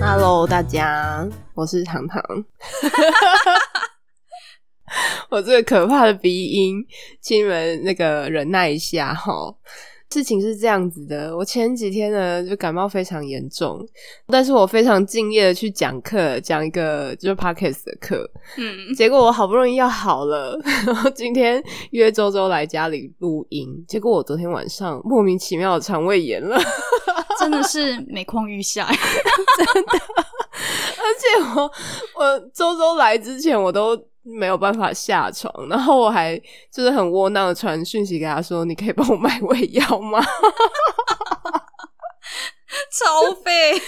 Hello，大家，我是糖糖。我这个可怕的鼻音，亲们那个忍耐一下哈。事情是这样子的，我前几天呢就感冒非常严重，但是我非常敬业的去讲课，讲一个就是 podcast 的课，嗯，结果我好不容易要好了， 然后今天约周周来家里录音，结果我昨天晚上莫名其妙的肠胃炎了。 真的是每况愈 下。而且我我周周来之前我都没有办法下床，然后我还就是很窝囊的传讯息给他说：“你可以帮我买胃药吗 超费，？”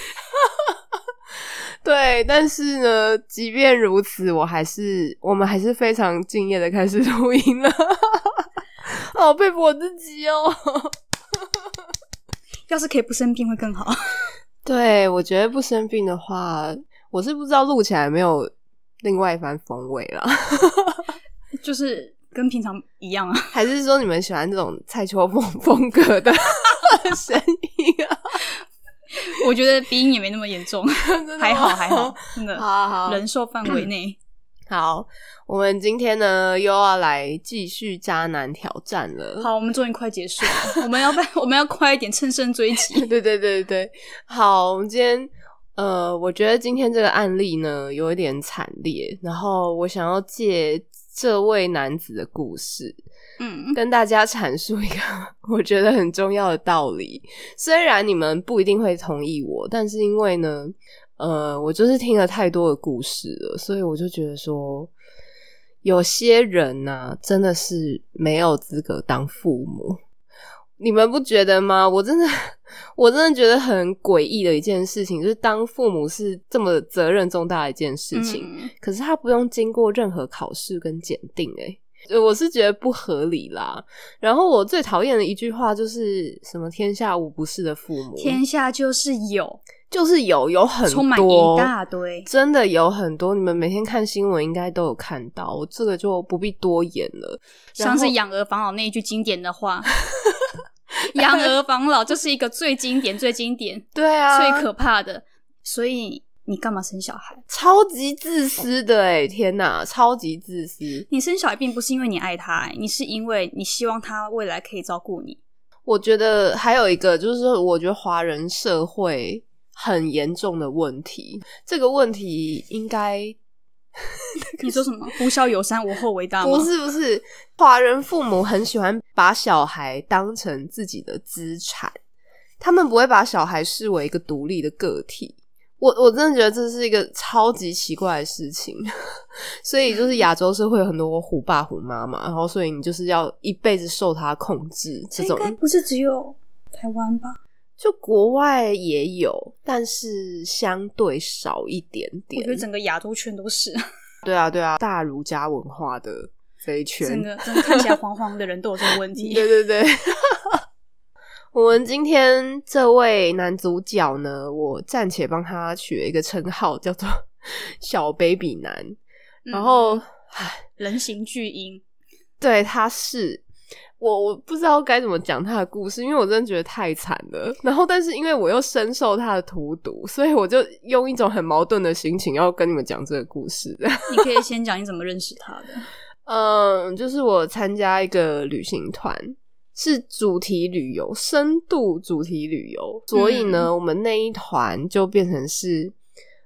对，但是呢，即便如此，我还是我们还是非常敬业的开始录音了。 好佩服我自己哦！ 要是可以不生病会更好。 对我觉得不生病的话，我是不知道录起来有没有另外一番风味啦。 就是跟平常一样啊， 还是说你们喜欢这种蔡秋凤风格的 声音啊？我觉得鼻音也没那么严 重，真的吗还好还好，真哦好 的好好忍受范围内。好，我们今天呢又要来继续渣男挑战了。好，我们终于快结束了，我们要不 我们要快一点，乘胜追 击。对 对对对对，好，我们今天呃，我觉得今天这个案例呢有一点惨烈，然后我想要借这位男子的故事，嗯，跟大家阐述一个 我觉得很重要的道理。虽然你们不一定会同意我，但是因为呢，呃，我就是听了太多的故事了，所以我就觉得说，有些人呐、真的是没有资格当父母。你们不觉得吗？我真的， 我真的觉得很诡异的一件事情，就是当父母是这么责任重大的一件事情。嗯可是他不用经过任何考试跟检定、欸，呃我是觉得不合理啦。然后我最讨厌的一句话就是什么“天下无不是的父母”，天下就是有，就是有有很充满多一大堆真的有很多。你们每天看新闻应该都有看到，我这个就不必多言了。然像后是养儿防老那一句经典 的话。 养儿防老就是一个最经典、最经典、 对啊，最可怕的，所以你干嘛生小孩？超级自私的哎、天哪，超级自私。你生小孩并不是因为你爱他、你是因为你希望他未来可以照顾你。我觉得还有一个就是，我觉得华人社会很严重的问题，这个问题应该你说什么？呼啸有山，无后为大吗？不，是不是，华人父母很喜欢把小孩当成自己的资产，他们不会把小孩视为一个独立的个体。我我真的觉得这是一个超级奇怪的事情， 所以就是亚洲社会有很多虎爸虎妈嘛，然后所以你就是要一辈子受他控制，这种不是只有台湾吧？就国外也有，但是相对少一点我点觉。得整个亚洲圈都是，对啊，对啊，大儒家文化的这一圈，整个整个看起来黄黄的人都有这个问题。对对对。 我们今天这位男主角呢，我暂且帮他取了一个称号，叫做 “小 baby 男”。嗯然后，唉人形巨婴，对，他是我，我不知道该怎么讲他的故事，因为我真的觉得太惨了。然后，但是因为我又深受他的荼毒，所以我就用一种很矛盾的心情要跟你们讲这个故事。你可以先讲你怎么认识他的。嗯，就是我参加一个旅行团，是主题旅游，深度主题旅游，所以嗯呢，我们那一团就变成是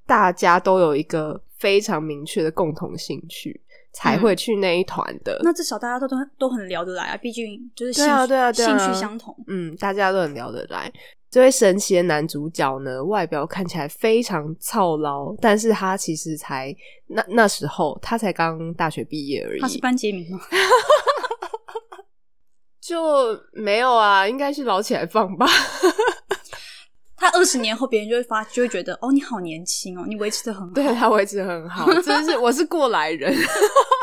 大家都有一个非常明确的共同兴趣，才会去那一团的。嗯那至少大家都都都很聊得来啊，毕竟就是兴对趣、啊对啊对啊兴趣相同。嗯，大家都很聊得来。这位神奇的男主角呢，外表看起来非常操劳，但是他其实才那那时候他才刚大学毕业而已，他是班杰明吗？就没有啊，应该是捞起来放吧。他二十年后，别人就会发，就会觉得哦，你好年轻哦，你维持的很 好。对他维持得很好，真是我是过来人。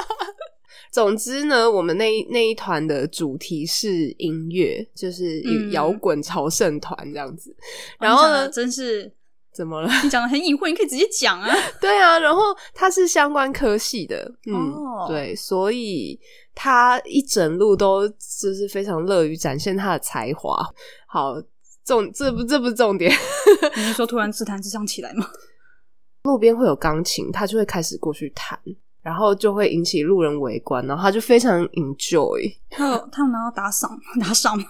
总之呢，我们那一那一团的主题是音乐，就是嗯摇滚朝圣团这样子。哦然后你讲呢得，真是怎么了？ 你讲的很隐晦，你可以直接讲啊。对啊，然后他是相关科系的，嗯，哦对，所以他一整路都就是非常乐于展现他的才华。好，重这不这不是重点， 你是说突然自弹自唱起来吗？路边会有钢琴，他就会开始过去弹，然后就会引起路人围观，然后他就非常 enjoy，他有他有拿到打 赏打赏吗？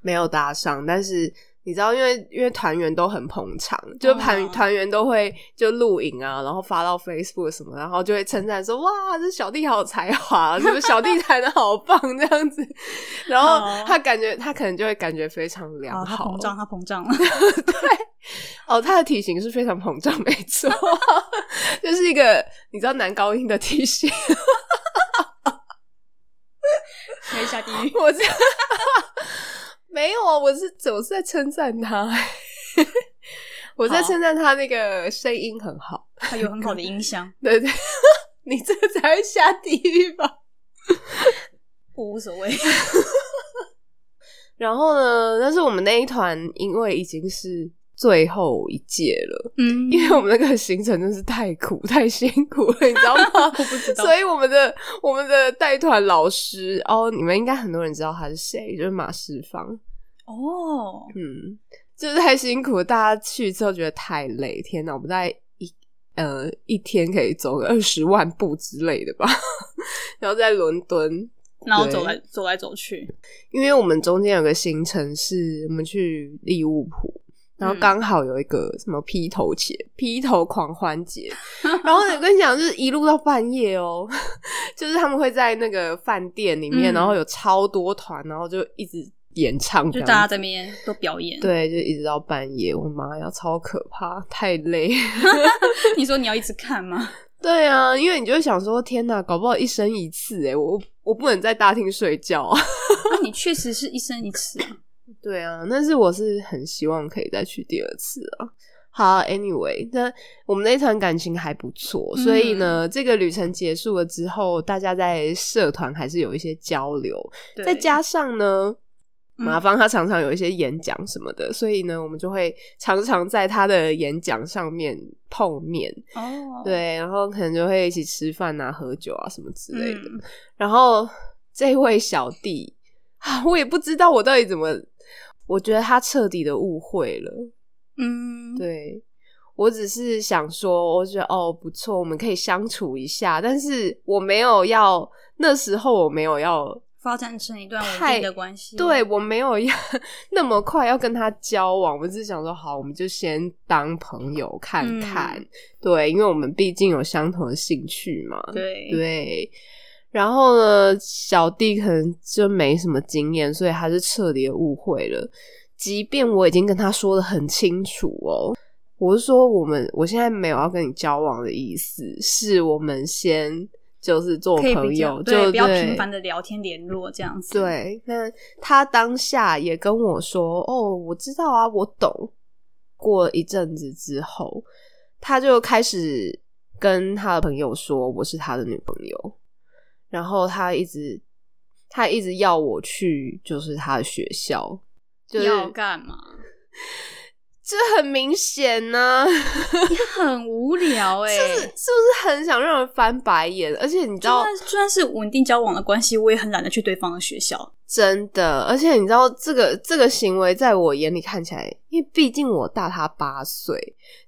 没有搭上，但是。你知道，因为因为团员都很捧场，就团哦团员都会就录影啊，然后发到 Facebook 什么，然后就会称赞说：“哇，这小弟好有才华，这个小弟弹的好棒，这样子。” 然后好他感觉他可能就会感觉非常良啊，他好，膨胀，他膨胀了。哦，他的体型是非常膨胀，没错， 就是一个你知道男高音的体型。可以下地狱。 我这没有啊，我是我是在称赞他， 我在好称赞他那个声音很好。 他有很好的音箱，对 对，你这才会下地狱吧？我无所谓。然后呢？但是我们那一团因为已经是最后一届了，嗯因为我们那个行程真是太苦太辛苦了，你知道吗？ 我不知道。所以我们的我们的带团老师哦，你们应该很多人知道他是谁，就是马世芳。哦，嗯，就是太辛苦，大家去之后觉得太累。天哪，我们大概一呃一天可以走个二十万步之类的吧， 然后在伦敦，然后走来走来走去，因为我们中间有个行程是我们去利物浦。然后嗯刚好有一个什么披头节、披头狂欢节，然后我跟你讲，就是一路到半夜哦， 就是他们会在那个饭店里面，嗯然后有超多团，然后就一直演唱这就样子，大家在那边都表演。，对，就一直到半夜，我妈呀，超可怕，太累。 你说你要一直看吗？对啊，因为你就会想说，天哪，搞不好一生一次哎、我我不能在大厅睡觉 啊。那你确实是一生一次 啊。对啊，但是我是很希望可以再去第二次啊。好，anyway，那我们那一团感情还不错，所以呢，这个旅程结束了之后，大家在社团还是有一些交流，对再加上呢，嗯马芳他常常有一些演讲什么的，所以呢，我们就会常常在他的演讲上面碰面，哦，对，然后可能就会一起吃饭啊、喝酒啊什么之类的。嗯然后这位小弟啊，我也不知道我到底怎么，我觉得他彻底的误会了。嗯，对我只是想说，我觉得哦不错，我们可以相处一下，但是我没有要那时候我没有要发展成一段稳太定的关系。对，我没有要 那么快要跟他交往，我只是想说，好，我们就先当朋友看看。嗯对，因为我们毕竟有相同的兴趣嘛。对对然后呢，小弟可能就没什么经验，所以他是彻底的误会了。即便我已经跟他说的很清楚哦，我是说我们我现在没有要跟你交往的意思，是我们先就是做可以朋比较友，对，就不要对频繁的聊天联络这样子。，对，那他当下也跟我说：“哦，我知道啊，我懂。”过一阵子之后，他就开始跟他的朋友说我是他的女朋友，然后他一直他一直要我去，就是他的学校，就是要干嘛？这很明显呢、 你很无聊哎。是不是很想让人翻白眼？而且你知就道，算就算是稳定交往的关系，我也很懒得去对方的学校。真的，而且你知道这个这个行为在我眼里看起来，因为毕竟我大他八岁，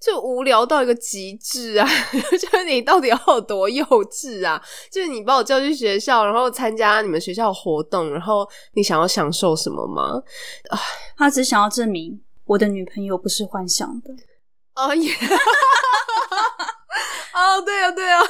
就无聊到一个极致啊！ 就是你到底要有多幼稚啊？就是你把我叫去学校，然后参加你们学校的活动，然后你想要享受什么吗？他只想要证明我的女朋友不是幻想的。哦耶！ 哦，对啊，对啊，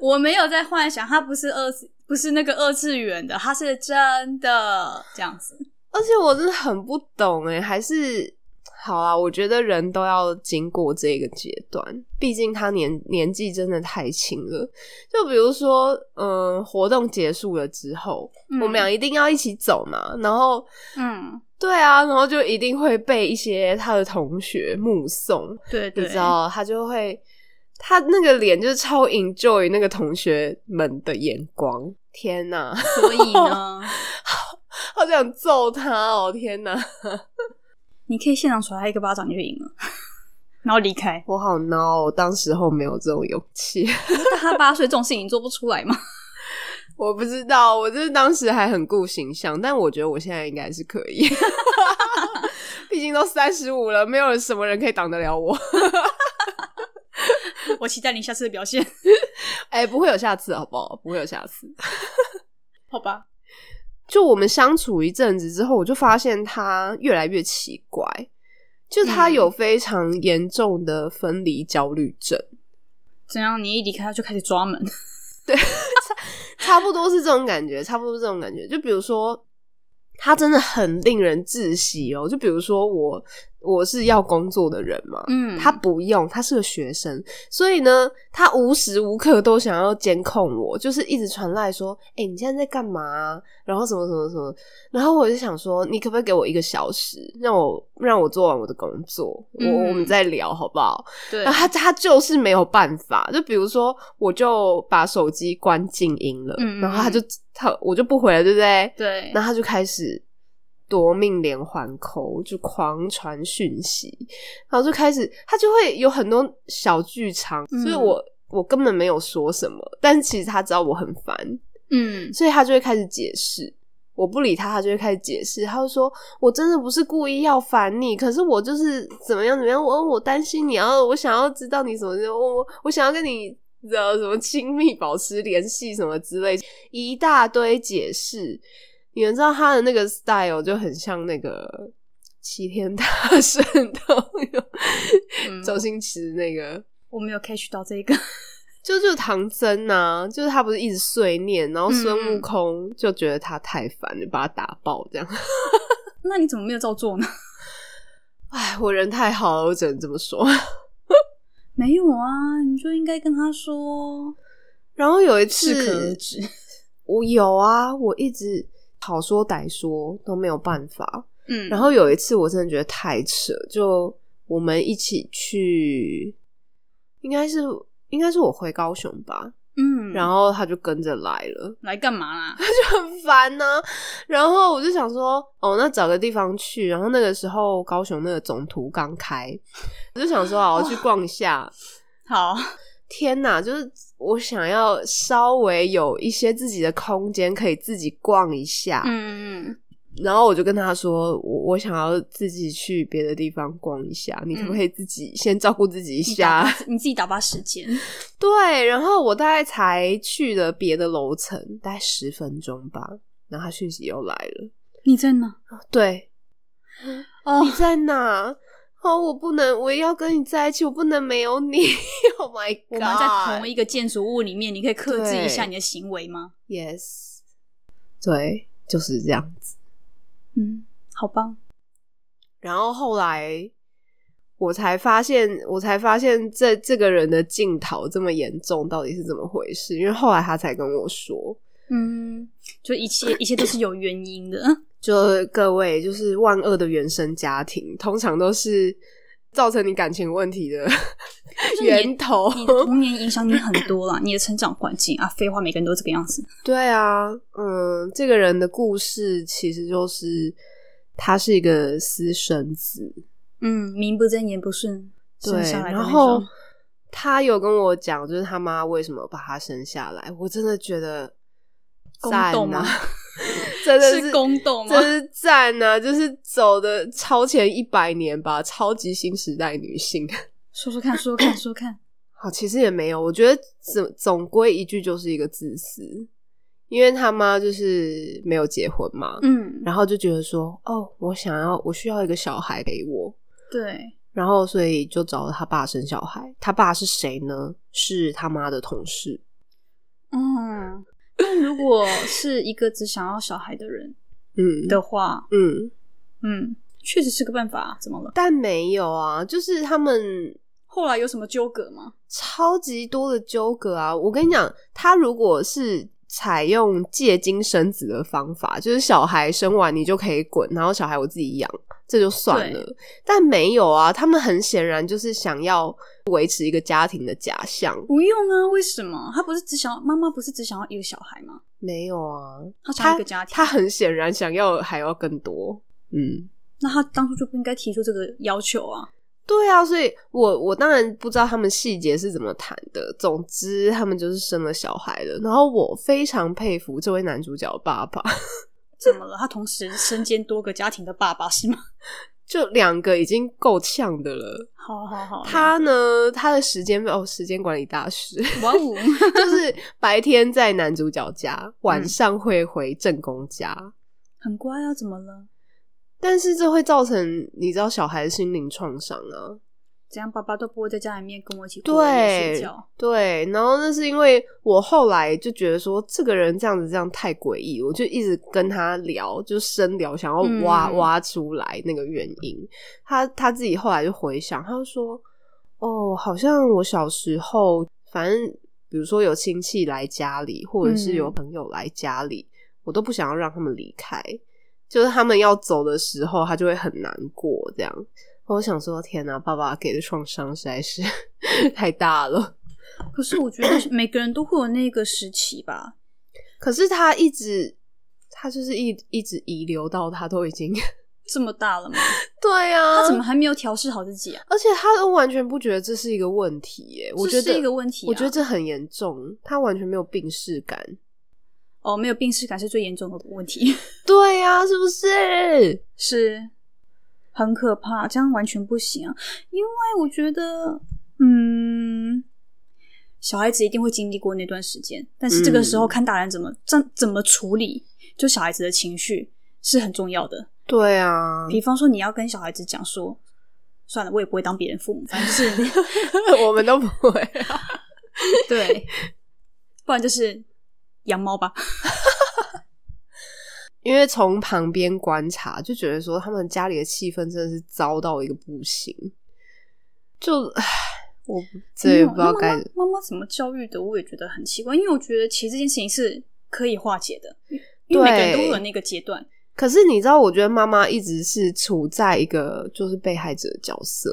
我没有在幻想，他不是二次，不是那个二次元的，他是真的这样子。而且我真的很不懂哎，还是好啊，我觉得人都要经过这个阶段，毕竟他年年纪真的太轻了。就比如说，嗯，活动结束了之后，我们俩一定要一起走嘛，然后。嗯，嗯，对啊，然后就一定会被一些他的同学目送，对你对，知道，他就会他那个脸就是超 enjoy 那个同学们的眼光，天哪，所以呢，好想揍他哦，天哪！ 你可以现场甩他一个巴掌，你就赢了， 然后离开。我好孬哦、当时候没有这种勇气。 但他八岁这种事情做不出来吗？ 我不知道，我就是当时还很顾形象，但我觉得我现在应该是可以， 毕竟都三十五了，没有什么人可以挡得了我。我期待你下次的表现， 哎、不会有下次，好不好？不会有下次。 好吧？就我们相处一阵子之后，我就发现他越来越奇怪，就他嗯有非常严重的分离焦虑症，怎样？你一离开他就开始抓门，差不多是这种感觉，差不多是这种感觉。就比如说，他真的很令人窒息哦。就比如说我，我是要工作的人嘛，嗯他不用，他是个学生，所以呢，他无时无刻都想要监控我，就是一直传赖说：“哎、你现在在干嘛啊、然后什么什么什么。然后我就想说，你可不可以给我一个小时，让我让我做完我的工作，我嗯我们再聊好不好？对然后他他就是没有办法，就比如说，我就把手机关静音了，嗯嗯然后他就他我就不回了，对不对？对，然后他就开始夺命连环扣，就狂传讯息，然后就开始他就会有很多小剧场，嗯所以我我根本没有说什么，但其实他知道我很烦，嗯所以他就会开始解释。我不理他，他就会开始解释。他就说：“我真的不是故意要烦你，可是我就是怎么样怎么样，我我担心你，然后我想要知道你什么，我我我想要跟你的什么亲密保持联系什么之类，一大堆解释。你们知道他的那个 style 就很像那个齐天大圣的那个嗯 周星驰那个我没有 catch 到这个，就就唐僧呐、就是他不是一直碎念，然后孙嗯悟空就觉得他太烦，就把他打爆这样。那你怎么没有照做呢？ 哎，我人太好了，我只能这么说。 没有啊，你就应该跟他说，然后有一适可而次，止。我有啊，我一直好说歹说都没有办法。嗯然后有一次，我真的觉得太扯，就我们一起去，应该是应该是我回高雄吧，嗯，然后他就跟着来了。来干嘛啦？ 很烦呢、然后我就想说，哦，那找个地方去。然后那个时候高雄那个总图刚开，我就想说，啊我去逛一下。好，天哪，就是我想要稍微有一些自己的空间，可以自己逛一下。嗯嗯然后我就跟他说，我我想要自己去别的地方逛一下，你可不可以自己先照顾自己一你下？打发你自己打发时间。对，然后我大概才去了别的楼层，大概十分钟吧。然后他讯息又来了，你在哪？对，哦你，在哪？哦，我不能，我要跟你在一起，我不能没有你。oh my god！我们在同一个建筑物里面，你可以克制对一下你的行为吗？ yes，对，就是这样子。嗯，好吧。然后后来我才发现，我才发现这这个人的镜头这么严重，到底是怎么回事？因为后来他才跟我说，嗯，就一 切一切都是有原因的。就各位，就是万恶的原生家庭，通常都是造成你感情问题的 就是你的源头。你的童年影响你很多啦，你的成长环境啊，废话，每个人都这个样子。对啊，嗯，这个人的故事其实就是他是一个私生子，嗯，名不正言不顺，对，生下来然的那后种他有跟我讲，就是他妈为什么把他生下来，我真的觉得宫赞斗啊吗，真的是宫斗吗真？是赞啊，就是走的超前一百年吧，超级新时代女性。说说看，说说看，说说看。好，其实也没有，我觉得总总归一句就是一个自私，因为他妈就是没有结婚嘛，嗯，然后就觉得说，哦，我想要，我需要一个小孩给我，对，然后所以就找了他爸生小孩。他爸是谁呢？是他妈的同事。嗯。那如果是一个只想要小孩的人嗯，的话，嗯，嗯，确实是个办法啊。怎么了？但没有啊，就是他们后来有什么纠葛吗？超级多的纠葛啊！我跟你讲，他如果是采用借精生子的方法，就是小孩生完你就可以滚，然后小孩我自己养，这就算了。但没有啊，他们很显然就是想要维持一个家庭的假象。不用啊，为什么？他不是只想妈妈不是只想要一个小孩吗？没有啊，他想要他一个家庭，他很显然想要还要更多。嗯，那他当初就不应该提出这个要求啊。对啊，所以我我当然不知道他们细节是怎么谈的。总之，他们就是生了小孩了。然后我非常佩服这位男主角的爸爸， 怎么了？他同时身兼多个家庭的爸爸是吗？ 就两个已经够呛的了。好好好，他呢，他的时间哦，时间管理大师， 哇 哦，就是白天在男主角家，晚上会回正宫家。很乖啊，怎么了？但是这会造成你知道小孩的心灵创伤啊，这样爸爸都不会在家里面跟我一起过夜睡对觉。对，然后那是因为我后来就觉得说这个人这样子这样太诡异，我就一直跟他聊，就深聊，想要挖、嗯挖出来那个原因。他他自己后来就回想，他就说：“哦，好像我小时候，反正比如说有亲戚来家里，或者是有嗯朋友来家里，我都不想要让他们离开，就是他们要走的时候，他就会很难过这样。”我想说，天哪，爸爸给的创伤实在是 太大了。可是我觉得每个人都会有那个时期吧。可是他一直，他就是一一直遗留到他都已 经，这么大了吗？对啊，他怎么？还没有调试好自己啊？而且他都完全不觉得这是一个问题耶，我觉得这是一个问题啊我觉得这很严重，他完全没有病视感。哦，没有病耻感是最严重的问题，对啊，是不是？是很可怕，这样完全不行啊！因为我觉得，嗯，小孩子一定会经历过那段时间，但是这个时候嗯看大人怎么怎怎么处理，就小孩子的情绪是很重要的。对 啊，比方说，你要跟小孩子讲说，算了，我也不会当别人父母，反正就是 我们都不会啊、对，不然就是养猫吧。因为从旁边观察就觉得说他们家里的气氛真的是糟到一个不行，就唉，我这也不知道该没有那妈妈妈妈怎么教育的，我也觉得很奇怪，因为我觉得其实这件事情是可以化解的，因为每个人都会有那个阶段。可是你知道，我觉得妈妈一直是处在一个就是被害者的角色。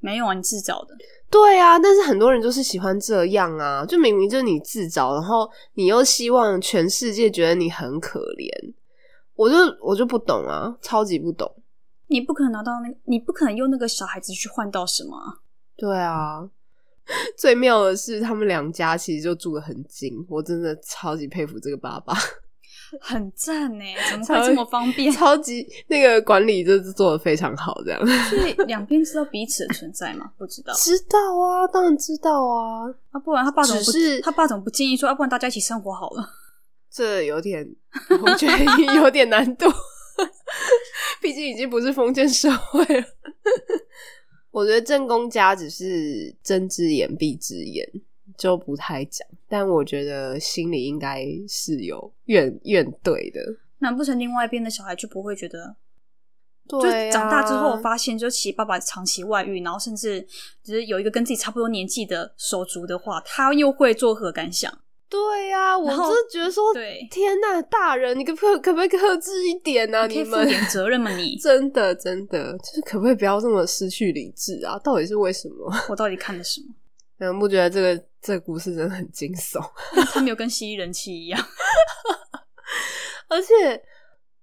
没有啊，你自找的，对啊，但是很多人就是喜欢这样啊，就明明就是你自找，然后你又希望全世界觉得你很可怜，我就我就不懂啊，超级不懂。你不可能拿到那个，你不可能用那个小孩子去换到什么啊、对啊，最妙的是他们两家其实就住得很近，我真的超级佩服这个爸 爸，很赞呢，怎么超？会这么方 便超级那个管理就是做的非常好，这样所以两边知道彼此的存在吗？不知道知道啊，当然知道啊，啊，不然他爸怎么不只是他爸怎么不建议说，要、啊不然大家一起生活好了？ 这有点，我觉得有点难度， 毕竟已经不是封建社会了。 我觉得正宫家只是睁只眼闭只眼，就不太讲。但我觉得心里应该是有怨怨怼的。难不成另外一边的小孩就不会觉得对、就啊，长大之后，我发现，就其实爸爸长期外遇，然后甚至就是有一个跟自己差不多年纪的手足的话，他又会作何感想？对呀、啊，我然后真的觉得说，对，天呐，大人，你可不可可不可以克制一点啊？你可你以负们点责任吗？你真的真的，就是可不可以不要这么失去理智啊？到底是为什么？我到底看了什么？你们不觉得这个这个故事真的很惊悚？ 他没有跟蜥蜴人妻一样， 而且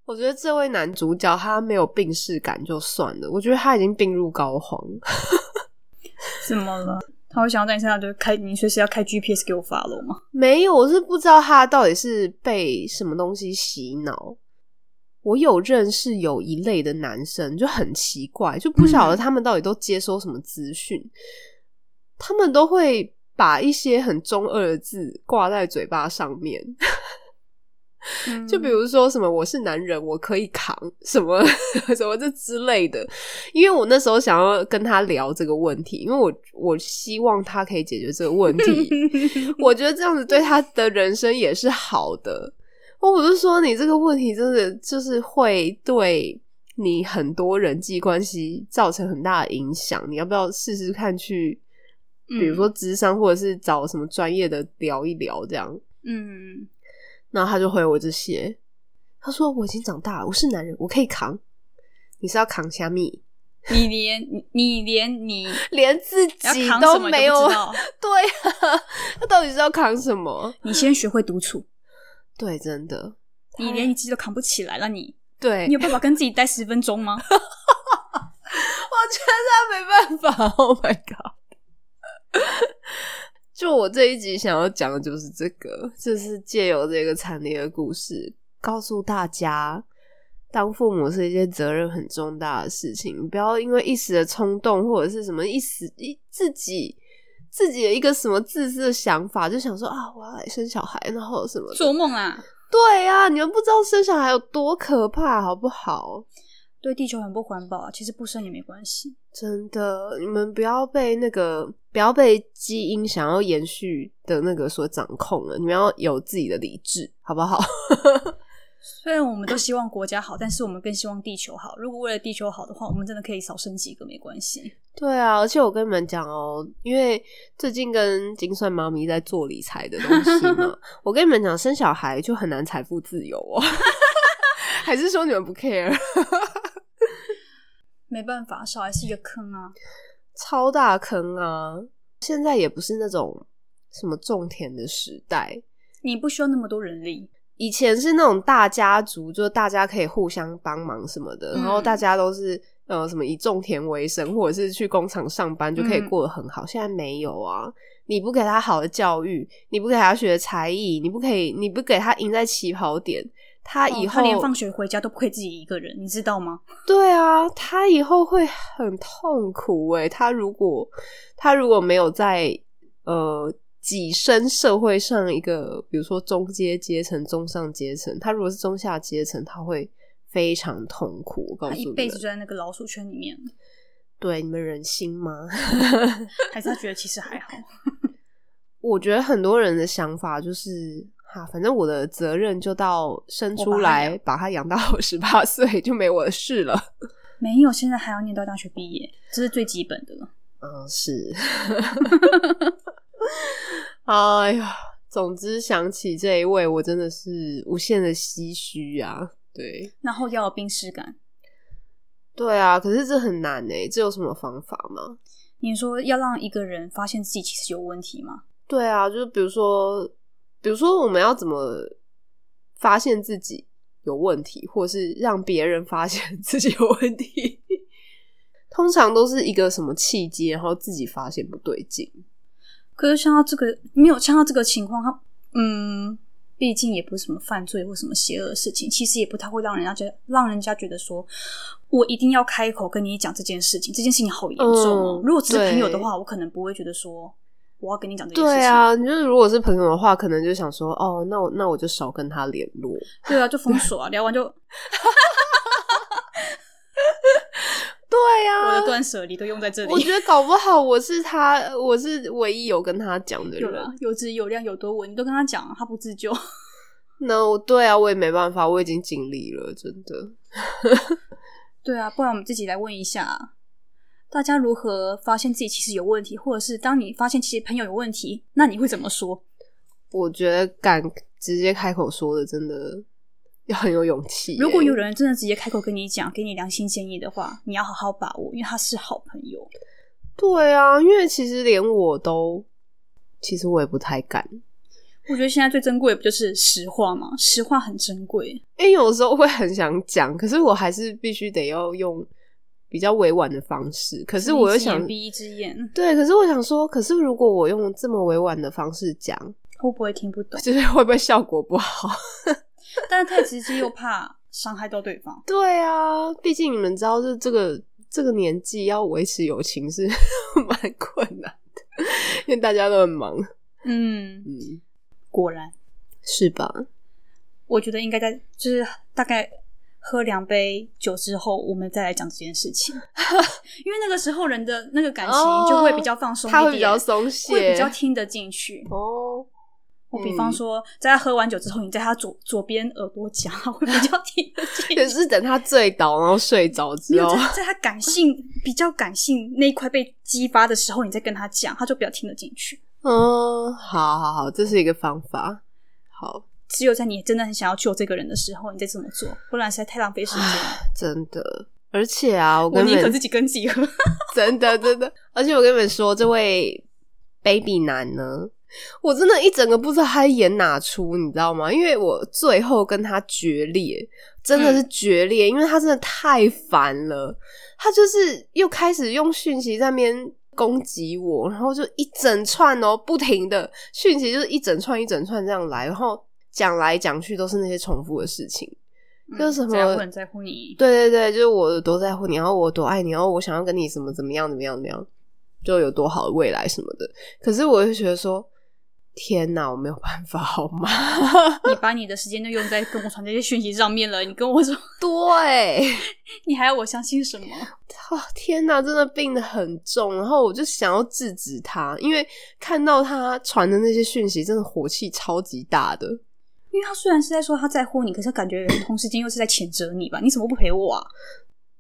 我觉得这位男主角他没有病逝感就算了，我觉得他已经病入膏肓。怎么了？他会想要在你身上就开，你随时要开 GPS 给我 follow 吗？ 没有，我是不知道他到底是被什么东西洗脑。我有认识有一类的男生就很奇怪，就不晓得他们到底都接收什么资讯，他们都会把一些很中二的字挂在嘴巴上面。就比 嗯如说什么我是男人，我可以扛什么 什么这之类的。因为我那时候想要跟他聊这个问题，因为我我希望他可以解决这个问 题，我觉得这样子对他的人生也是好的。我我就说你这个问题真的就是会对你很多人际关系造成很大的影响，你要不要试试看去，比如说智商或者是找什么专业的聊一聊这样？嗯，嗯，然后他就回我这些，他说我已经长大了，我是男人，我可以扛。你是要扛虾米？你连你你连你 要连自己扛什么没你有都不知，道， 对啊，他到底是要扛什么？你先学会独处，对，真的，哎你连你自己都扛不起来了，你对，你有办法跟自己待十分钟吗？ 啊我觉得他没办法，Oh my god！就我这一集想要讲的就是这个，就是借由这个惨烈的故事，告诉大家当父母是一件责任很重大的事情，不要因为一时的冲动或者是什么一时一自己自己的一个什么自私的想法，就想说啊，我要来生小孩，然后什么的做梦啊！对呀、啊，你们不知道生小孩有多可怕，好不好？对地球很不环保啊，其实不生也没关系。真的，你们不要被那个不要被基因想要延续的那个所掌控了，你们要有自己的理智，好不好？ 虽然我们都希望国家好，但是我们更希望地球好。如果为了地球好的话，我们真的可以少生几个，没关系。对啊，而且我跟你们讲哦，因为最近跟金算妈咪在做理财的东西 嘛，我跟你们讲，生小孩就很难财富自由哦。 还是说你们不 care？没办法，小孩是一个坑啊， 超大坑啊！现在也不是那种什么种田的时代，你不需要那么多人力。以前是那种大家族，就大家可以互相帮忙什么的，嗯然后大家都是呃什么以种田为生，或者是去工厂上班就可嗯以过得很好。现在没有啊！你不给他好的教育，你不给他学才艺，你不可以，你不给他赢在起跑点，他哦啊以后、他连放学回家都不可以自己一个人，你知道吗？对啊，他以后会很痛苦诶、他如果他如果没有在呃跻身社会上一个，比如说中阶阶层、中上阶层，他如果是中下阶层，他会非常痛苦。我告他诉你一们，辈子就在那个老鼠圈里面，对你们忍心吗？ 还是他觉得其实还好。我觉得很多人的想法就是，哈，反正我的责任就到生我出把他来，把他养到十八岁就没我的事了。没有，现在还要念到大学毕业，这是最基本的了。嗯，是。 哎呀，总之想起这一位，我真的是无限的唏嘘啊！对，然后要有病耻感，对啊，可是这很难诶、这有什么方法吗？你说要让一个人发现自己其实有问题吗？对啊，就是比如说，比如说我们要怎么发现自己有问题，或是让别人发现 自己有问题， 通常都是一个什么契机，然后自己发现不对劲。可是像到这个没有像到这个情况，他嗯，毕竟也不是什么犯罪或什么邪恶的事情，其实也不太会让人家觉让人家觉得说我一定要开口跟你讲这件事情，这件事情好严重哦。嗯如果只是朋友的对话，我可能不会觉得说我要跟你讲这件事情。对啊，你就是如果是朋友的话，可能就想说，哦，那我那我就少跟他联络。对啊，就封锁 啊，聊完就我对 呀、的断舍离都用在这里。啊我觉得搞不好我是他，我是唯一有跟他讲的有啦人。，有质有量有多稳，你都跟他讲啊，他不自救。那我对啊，我也没办法，我已经尽力了，真的。对啊，不然我们自己来问一下，啊大家如何发现自己其实有问题，或者是当你发现其实朋友有问题，那你会怎么说？我觉得敢直接开口说的，真的要很有勇气耶、如果有人真的直接开口跟你讲，给你良心建议的话，你要好好把握，因为他是好朋友。对啊，因为其实连我都，其实我也不太敢。我觉得现在最珍贵的不就是实话吗？实话很珍贵。因为有时候会很想讲，可是我还是必须得要用比较委婉的方式。可可是我又想，闭一只眼，对，可是我想说，可是如果我用这么委婉的方式讲，会不会听不懂？就是会不会效果不好？ 但是太直接又怕伤害到对方。对啊，毕竟你们知道，就是这个这个年纪要维持友情是 蛮困难的，因为大家都很忙，嗯，嗯，果然，是吧？我觉得应该在就是大概喝两杯酒之后，我们再来讲这件事情， 因为那个时候人的那个感情哦就会比较放松一点，他会比较松懈，会比较听得进去。哦。我比方说，在他喝完酒之后，你在他左左边耳朵讲，他会比较听得 进可去。是哦等他醉倒，然后睡着没之有 后，在在他感性比较感性那一块被激发的时候，你再跟他讲，他就比较听得进去。嗯，好好好，这是一个方法。好，只有在你真的很想要救这个人的时候，你再这么做，不然实在太浪费时间了。真的。而且啊，我我跟你宁们可自己跟自己喝。 真的真的。而且我跟你们说，这位 baby 男呢，我真的一整个不知道他演哪出，你知道吗？因为我最后跟他决裂，真的是决裂，因为他真的太烦了。他就是又开始用讯息在那边攻击我，然后就一整串哦，不停的讯息就是一整串一整串这样来，然后讲来讲去都是那些重复的事情。就是什么这样嗯不能在乎你，对对对，就是我多在乎你，然后我多爱你，然后我想要跟你怎么怎么样怎么样怎么样，就有多好的未来什么的。可是我就觉得说，天哪，我没有办法，好吗？ 你把你的时间都用在跟我传这些讯息上面了，你跟我说， 对， 你还要我相信什么？哦，天哪，真的病得很重。然后我就想要制止他，因为看到他传的那些讯息，真的火气超级大的。因为他虽然是在说他在乎你，可是感觉同时间又是在谴责你吧？你怎么不陪我啊？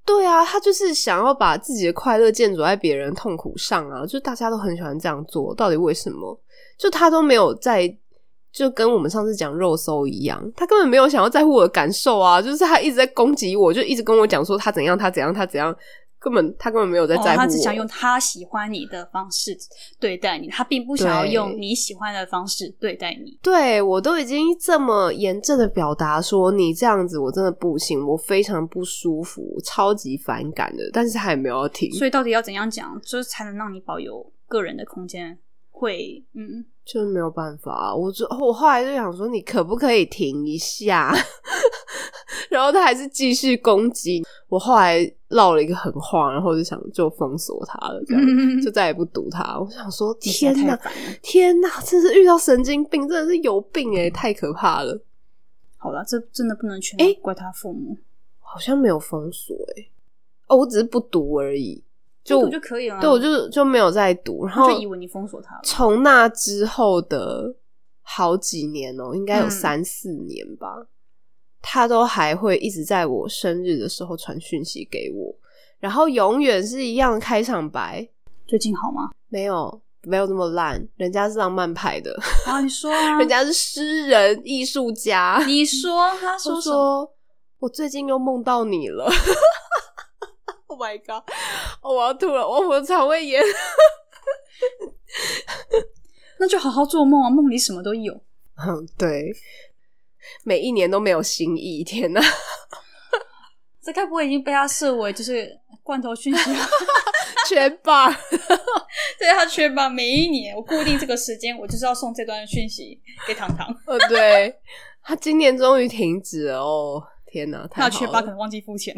对啊，他就是想要把自己的快乐建筑在别人痛苦上啊，就大家都很喜欢这样做，到底为什么？就他都没有在，就跟我们上次讲肉搜一样，他根本没有想要在乎我的感受啊，就是他一直在攻击我，就一直跟我讲说他怎样，他怎样，他怎样，根本他根本没有在在乎我、哦，他只想用他喜欢你的方式对待你，他并不想要对用你喜欢的方式对待你。对我都已经这么严正的表达说你这样子我真的不行，我非常不舒服，超级反感的，但是他也没有要听，所以到底要怎样讲，就是才能让你保有个人的空间？会，嗯，就是没有办法啊，我就我后来就想说，你可不可以停一下？ 然后他还是继续攻击我，后来唠了一个狠话，然后就想就封锁他了， 这样、嗯就再也不读他。我想说，你实在天太哪，烦了。天哪，真是遇到神经病，真的是有病诶、太可怕了。好了，这真的不能全诶怪他父母，好像没有封锁诶、哦，我只是不读而已，就不读就可以了啊。对我就就没有再读，然他后就以为你封锁他了。从那之后的好几年哦、应该有嗯三四年吧，他都还会一直在我生日的时候传讯息给我，然后永远是一样的开场白，最近 好吗？没有没有那么烂，人家是浪漫派的，啊，你说啊，人家是诗人艺术家，你说，他他说什么？说我最近又梦到你了。Oh my god！哦我要吐了，我我肠胃炎。那就好好做梦啊，梦里什么都有。嗯， 对，每一年都没有新意，天哪！这该不会已经被他设为就是罐头讯 息了？全吧。对他确保每一年我固定这个时间，我就是要送这段讯息给糖糖。 哦，对，他今年终于停止了哦。天哪，太那好缺爸可了！能忘记付钱，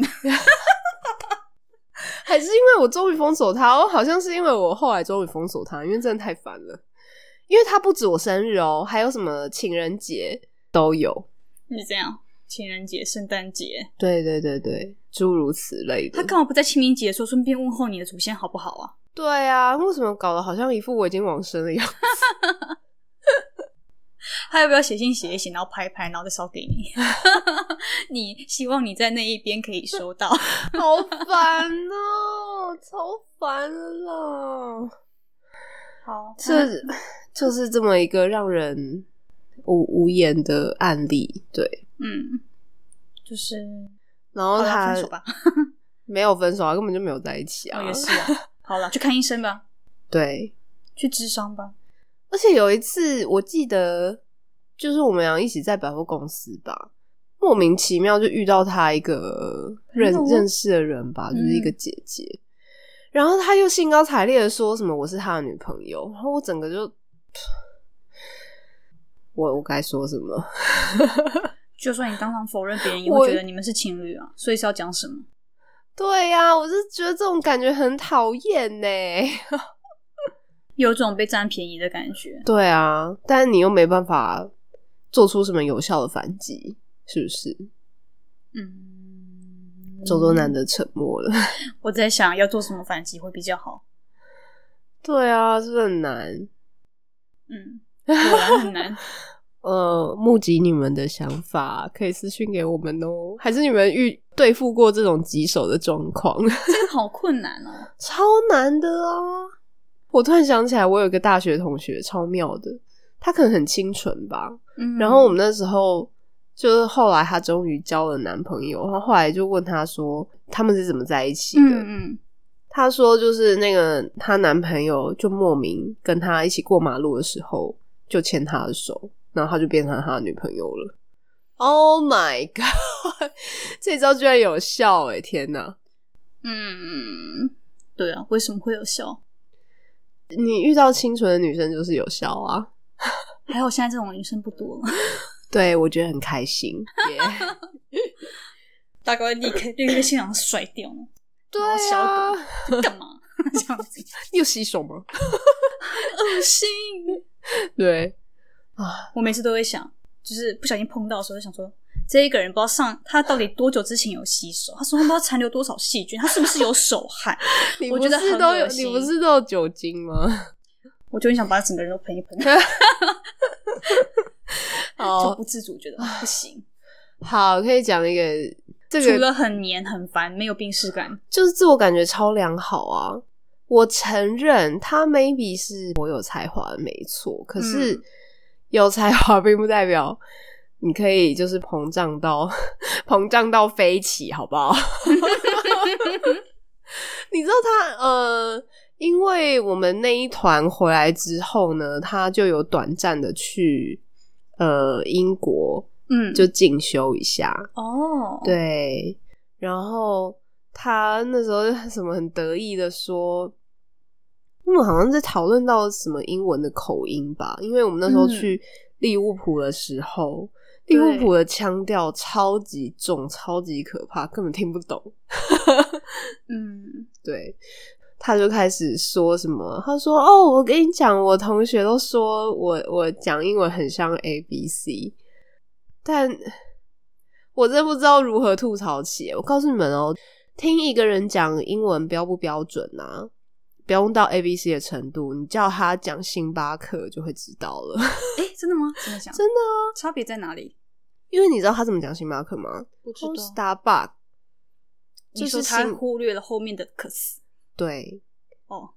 还是因为我终于封锁他哦，好像是因为我后来终于封锁他，因为真的太烦了。因为他不止我生日哦，还有什么情人节都有。是这样。情人节、圣诞节，对对对对，诸如此类他的。干嘛不在清明节的时候顺便问候你的祖先好不好啊？对啊，为什么搞得好像一副我已经往生了一样？ 他要不要写信写一写，然后拍一拍，然后再烧给你？ 你希望你在那一边可以收到。好烦哦，超烦了啦。 好，这就是这么一个让人无无言的案例，对。嗯，就是然好后了，他分手吧。没有分手啊，根本就没有在一起啊我也。是啊。好了，去看医生吧， 对，去智商吧。而且有一次我记得，就是我们俩一起在百货公司吧，莫名其妙就遇到他一个认朋友认识的人嗯吧，就是一个姐姐。然后他又兴高采烈的说什么我是他的女朋友，然后我整个就， 我我该说什么？就算你当场否认，别人也我会觉得你们是情侣啊，所以是要讲什么？对呀、我是觉得这种感觉很讨厌呢。 有种被占便宜的感觉。对啊，但你又没办法做出什么有效的反击，是不是？嗯，周周难。得沉默了。 我在想要做什么反击会比较好。对啊，是不是很难。 嗯，果然很难。呃，募集你们的想法，可以私信给我们哦。还是你们遇对付过这种棘手的状况， 这个好困难哦。超难的啊！我突然想起来，我有一个大学同学，超妙的，他可能很清纯吧，嗯，然后我们那时候就是后来她终于交了男朋友，然后后来就问她说他们是怎么在一起的。嗯嗯，她说就是那个她男朋友就莫名跟她一起过马路的时候就牵她的手，然后她就变成她的女朋友了。Oh my god！这招居然有效哎、天哪！嗯，对啊，为什么会有效？你遇到清纯的女生就是有效啊。 还好现在这种女生不多了。对，我觉得很开心。耶大概会立刻立刻现场甩掉呢。对毛小啊狗，干嘛 这样子？又洗手吗？ 恶心！对，我每次都会想，就是不小心碰到的时候，就想说。这一个人不知道上他到底多久之前有洗手，他说他不知道残留多少细菌，他是不是有手汗？你我不觉得是很都恶有，你心不是都有酒精吗？ 我就很想把整个人都喷一喷， 就 好不自主觉得不行。好，可以讲一个这除个了很黏很烦，没有病耻 感，就是自我感觉超良好啊。我承认他 maybe 是我有才华的没错，可是嗯有才华并不代表你可以就是膨胀到 膨胀到飞起，好不好？ 你知道他呃，因为我们那一团回来之后呢，他就有短暂的去呃英国嗯，就进修一下，哦，，对，然后他那时候 就什么很得意的说，他们好像在讨论到什么英文的口音吧，因为我们那时候嗯去利物浦的时候，利物浦的腔调超级重，超级可怕，根本听不懂。嗯，对，他就开始说什么，他说：“哦，我跟你讲，我同学都说我我讲英文很像 A B C，但我真不知道如何吐槽起。我告诉你们哦，听一个人讲英文标不标准啊？”不用到 A B C 的程度，你叫他讲星巴克就会知道了。 哎、真的吗？怎么讲？真的啊，差别在哪里？因为你知道他怎么讲星巴克吗？不 Starbucks，你就是说他星忽略了后面的 cos 对哦，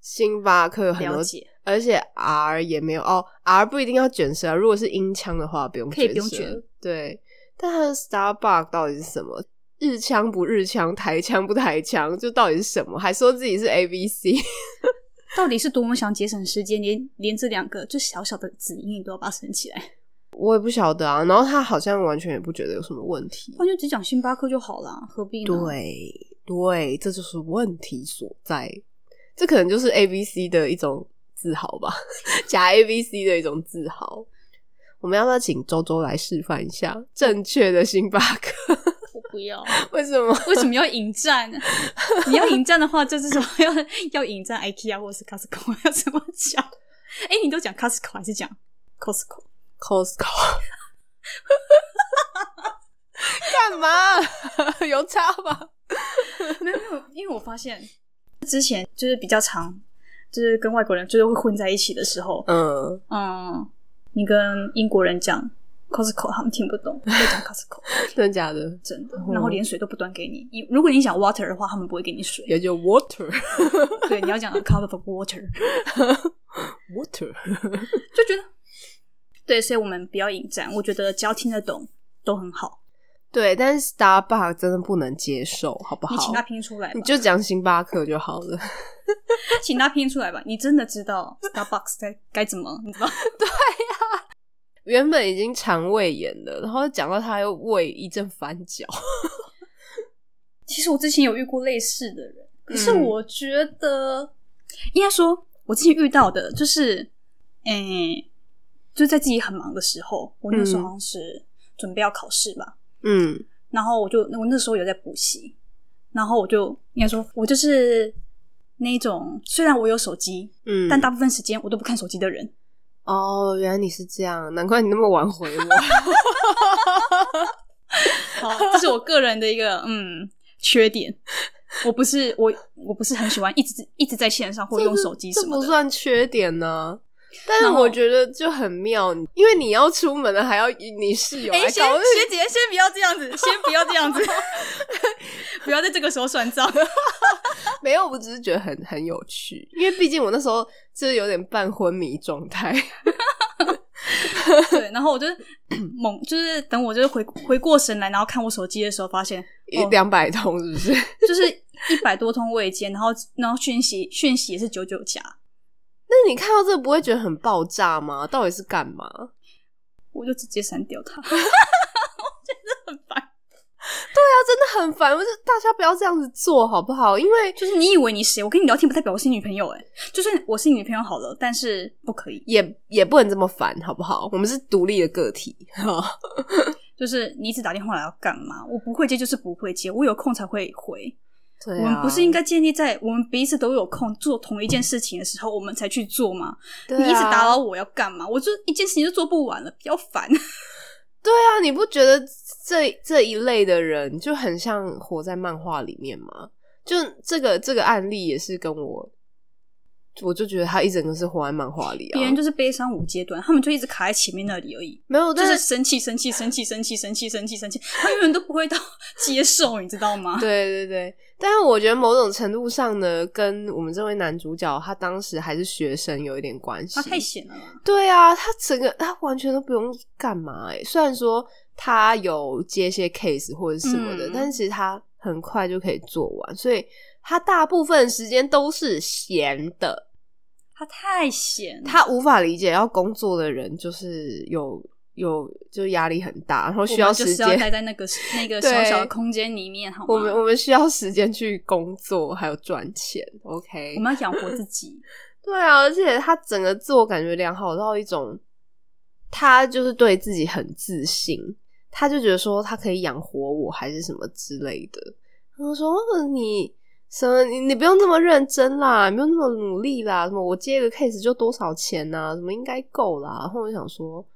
星巴克有很了多解，而且 R 也没有哦，R 不一定要卷舌，啊如果是音腔的话，不用可以不用舌卷。对，但它的 Starbucks 到底是什么？日腔不日腔，台腔不台腔，就到底是什么？还说自己是 A B C， 到底是多么想节省时间，连连这两个就小小的子音你都要把它省起来，我也不晓得啊。然后他好像完全也不觉得有什么问题不。然就只讲星巴克就好啦，何必呢？，对对，这就是问题所在。这可能就是 A B C 的一种自豪吧， 假 A B C 的一种自豪。我们要不要请周周来示范一下正确的星巴克？我不要， 为什么？为什么要引战呢？ 你要引战的话，就是说要 要引战 IKEA 或是 Costco 要怎么讲？哎、你都讲 Costco 还是讲 Costco？ Costco。干嘛？ 有差吧？ 没有没有，因为我发现之前就是比较常，就是跟外国人就是会混在一起的时候，嗯，嗯，你跟英国人讲 Costco，他们听不懂，就讲 Costco，真的假的？真的哦。然后连水都不端给你，你如果你讲 water 的话，他们不会给你 水。也就 water 对，你要讲 a cup of water， water。就觉得对，所以我们不要引战，我觉得只要听得懂都很好。对，但是 Starbucks 真的不能接受，好不好你？请他拼出来吧你，就讲星巴克就好了。请他拼出来吧。你真的知道 Starbucks 该该怎么，你知道？原本已经肠胃炎了，然后讲到他又胃一阵翻搅。其实我之前有遇过类似的人，可是嗯我觉得、应该说，我之前遇到的就是，诶、就在自己很忙的时候，我那时嗯候好像是准备要考试吧，嗯然后我就我那时候有在补习，然后我就应该说，我就是那种虽然我有手机，嗯，但大部分时间我都不看手机的人。哦，原来你是这样，难怪你那么晚回我。好， 这是我个人的一个嗯缺点。我不是我，我不是很喜欢一直一直在线上或用手机这什么不的。算缺点呢、但是然后我觉得就很妙，因为你要出门了，还要你室友哎、来学搞，学姐，先不要这 样子，先不要这样子，不要在这个时候算账。没有，我只是觉得很很有趣，因为毕竟我那时候就是有点半昏迷状态。对，然后我就嗯猛，就是等我就是回回过神来，然后看我手机的时候，发现哦两百通是不 是？就是一百多通未接，然后然后讯息讯息也是九九加，那你看到这个不会觉得很爆炸吗？到底是干嘛？对我就直接删掉它。我 觉得很烦，啊，真的很烦，我就大家不要这样子做好不好？因为就是你以为你谁？我跟你聊天不代表我是你女朋友哎、就算我是你女朋友好了，但是不可以。也也不能这么烦，好不好？我们是独立的个体，就是你一直打电话来要干嘛？我不会接就是不会接，我有空才会回。对、啊，我们不是应该建立在我们彼此都有空做同一件事情的时候，我们才去做吗？对你一直啊打扰我要干嘛？我就一件事情就做不完了，比较烦。对啊，你不觉得这这一类的人就很像活在漫画里面吗？就这个这个案例也是跟我，我就觉得他一整个是活在漫画里啊，别人就是悲伤五阶段，他们就一直卡在前面那里而已，没有，就但是生气、生气、生气、生气、生气、生气、生气，他永远都不会到 接受，你知道吗？对对对，但是我觉得某种程度上呢，跟我们这位男主角他当时还是学生有一点关系他。太闲了啦，对啊，他整个他完全都不用干嘛哎、虽然说他有接一些 case 或者什么的，嗯但其实他很快就可以做完，所以他大部分时间都是闲的。他太闲了，他无法理解要工作的人就是有有就压力很大，然后需要我们就时是要间待在那个那 个对小小的空间里面，好吗？ 我们我们需要时间去工作，还有赚钱。OK，我们要养活自 己，对啊，而且他整个自我感觉良好到一种，他就是对自己很自信，他就觉得说他可以养活我还是什么之类的。他就说呃你什么你你不用那么认真啦，你不用那么努力啦，什么我接一个 case 就多少钱呐、什么应该够啦。然后我就想说，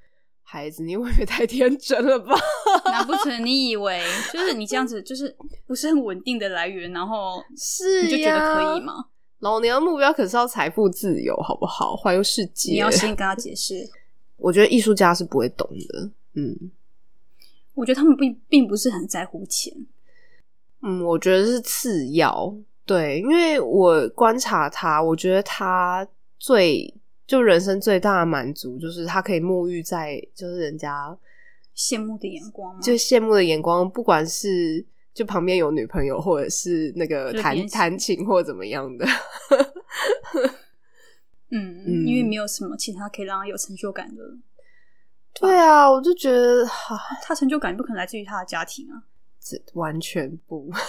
孩子，你未免太天真了吧？ 难不成你以为就是你这样子就是不是很稳定的来源，然后是你就觉得可以呀？吗？老娘的目标可是要财富自由，好不好？环游世界，你要先跟他解释。我觉得艺术家是不会懂的，嗯。我觉得他们并并不是很在乎钱，嗯，我觉得是次要。对，因为我观察他，我觉得他最就人生最大的满足就是他可以沐浴在就是人家羡慕的眼光吗？就羡慕的眼光，不管是就旁边有女朋友，或者是那个就是别弹人弹琴或怎么样 的。嗯，嗯因为没有什么其他可以让他有成就感的了，对啊，我就觉得哈他成就感不可能来自于他的家庭啊。这完全不。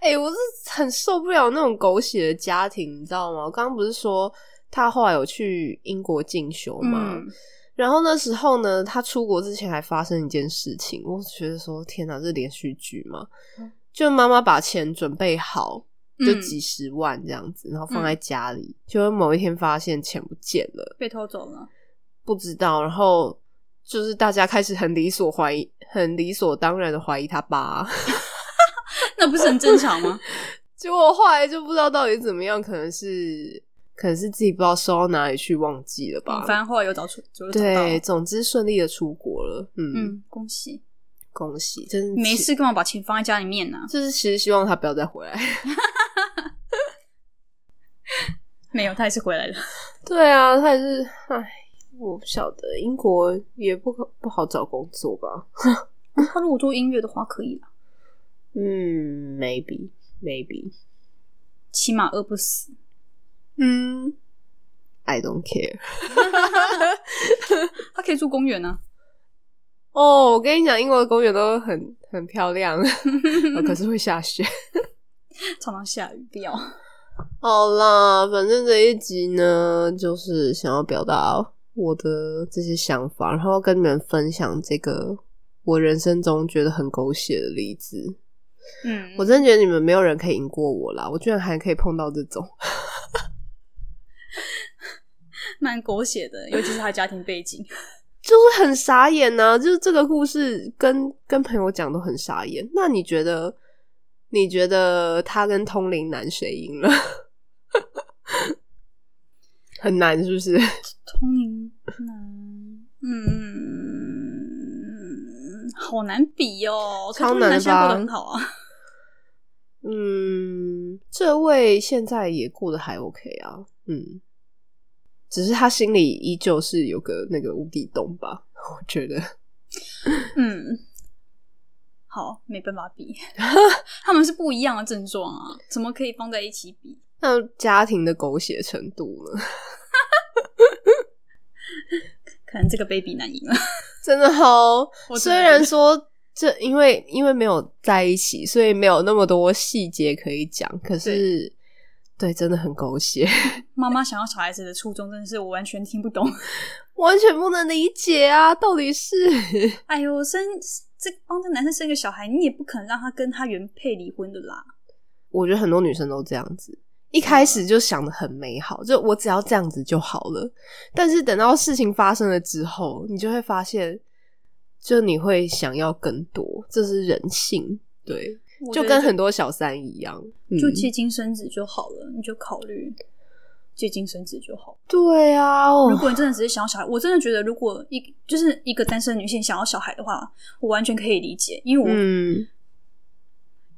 哎、我是很受不了那种狗血的家庭，你知道吗？我刚刚不是说他后来有去英国进修吗？嗯，然后那时候呢，他出国之前还发生一件事情，我觉得说天哪，这连续剧吗嗯？就妈妈把钱准备好，就嗯几十万这样子，然后放在家里，结果某一天发现钱不见了，被偷走了， 不知道，然后就是大家开始很理所怀疑，很理所当然的怀疑他爸，啊那不是很正常吗？ 结果后来就不知道到底怎么样，可能是可能是自己不知道收到哪里去忘记了吧嗯，反。正后来有找出，有找到对，，总之顺利的出国了，嗯，嗯，恭喜，恭喜，真是没事干嘛把钱放在家里面呢、 就是其实希望他不要再回来。 没有，他还是回来了。 对啊，他也是，唉，我不晓得英国也不可不好找工作吧？他如果做音乐的话，可以了，嗯，maybe maybe，起码饿不死。嗯，I don't care。他可以住公园啊，哦，我跟你讲，英国的公园都很很漂亮、 哦可是会下雪。常常下雨，不要。 好啦，反正这一集呢，就是想要表达我的这些想法，然后跟你们分享这个我人生中觉得很狗血的例子。嗯，我真的觉得你们没有人可以赢过我啦！我居然还可以碰到这种，蛮狗血的，尤其是他的家庭背景。 就是很傻眼呐、就是这个故事跟跟朋友讲都很傻眼。那你觉得？你觉得他跟通灵男谁赢了？ 很难是不 是？通灵男，嗯，好难比哦，超可是通灵难男现在过吧得很好啊。嗯，这位现在也过得还 OK 啊。嗯，只是他心里依旧是有个那个无底洞吧，我觉得。 嗯，好，没办法比， 他们是不一样的症状啊，怎么可以放在一起比？那家庭的狗血程度呢？可能这个 baby 难赢了。真的好我，虽真的然说这因为因为没有在一起，所以没有那么多细节可以讲，可是对，真的很狗血， 妈妈想要小孩子的初衷，真的是我完全听不懂。 完全不能理解啊！到底是 哎呦，生这帮这男生生个小孩，你也不可能让他跟他原配离婚的啦。我觉得很多女生都这样子，一开啊始就想的很美好，就我只要这样子就好了。但是等到事情发生了之后，你就会发现，就你会想要更多，这是人性，对，我就觉得跟很多小三一样，嗯就借精生子就好了，你就考虑借精生子就好。对啊，如哦果你真的只是想要小孩，我真的觉得，如果一就是一个单身女性想要小孩的话，我完全可以理解，因为我、嗯，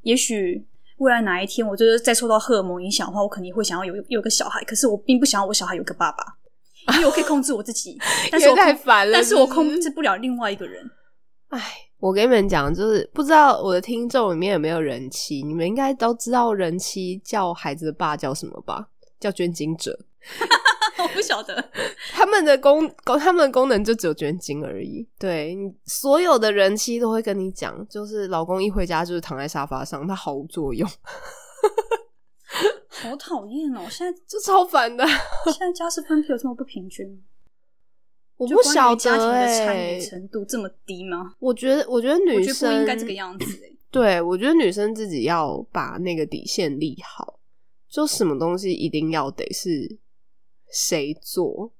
也许未来哪一天，我就是再受到荷尔蒙影响的话，我肯定会想要有有个小孩，可是我并不想要我小孩有个爸爸，因为我可以控制我 自己，但是也我控太烦了，但是我不控制不了另外一 个人。哎，我跟你们讲，就是不知道我的听众里面有没有人妻，你们应该都知道人妻叫孩子的爸叫什么吧？叫捐精者。我不晓得，他们的功功，他们的功能就只有捐精而已。对你所有的人妻都会跟你讲，就是老公一回家就是躺在沙发上，他毫无作用，好讨厌哦！现在就超烦的。现在家事分配有这么不平均 吗？我就不关于晓家庭得的哎、参与程度这么低吗？我觉得，我觉得我女觉得生不应该这个样子、欸。对，我觉得女生自己要把那个底线立好，就什么东西一定要得是谁做，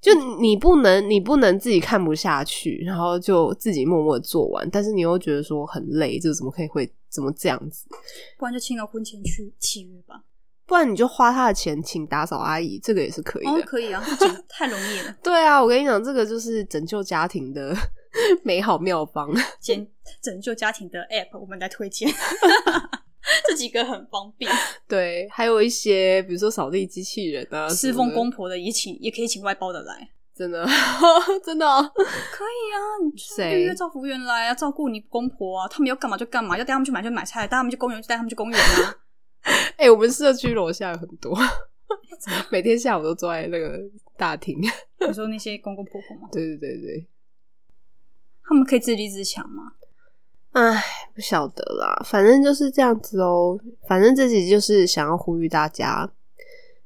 就嗯你不能你不能自己看不下去，然后就自己默默地做完，但是你又觉得说很累，就怎么可以会怎么这样子？不然就签个婚前去契约吧。不然你就花他的钱请打扫阿姨，这个也是可以哦的。，可以啊，这简太容易了，对啊，我跟你讲，这个就是拯救家庭的 美好妙方。简拯救家庭的 app，我们来 推荐。这几个很方便，对，还有一些比如说扫地机器人啊，什侍么奉的公婆的也请，也可以请外包的来。真的 真的哦、可以啊，你就是谁预约照服务员来啊，照顾你公婆啊，他们要干嘛就干嘛，要带他们去买就买菜，带他们去公园就带他们去公园啊。 哎、我们社区楼下有很多， 每天下午都坐在那个大厅。你说那些公公婆婆吗？对对对对，他们可以自立自强吗？哎，不晓得啦，反正就是这样子哦。反正这集就是想要呼吁大家，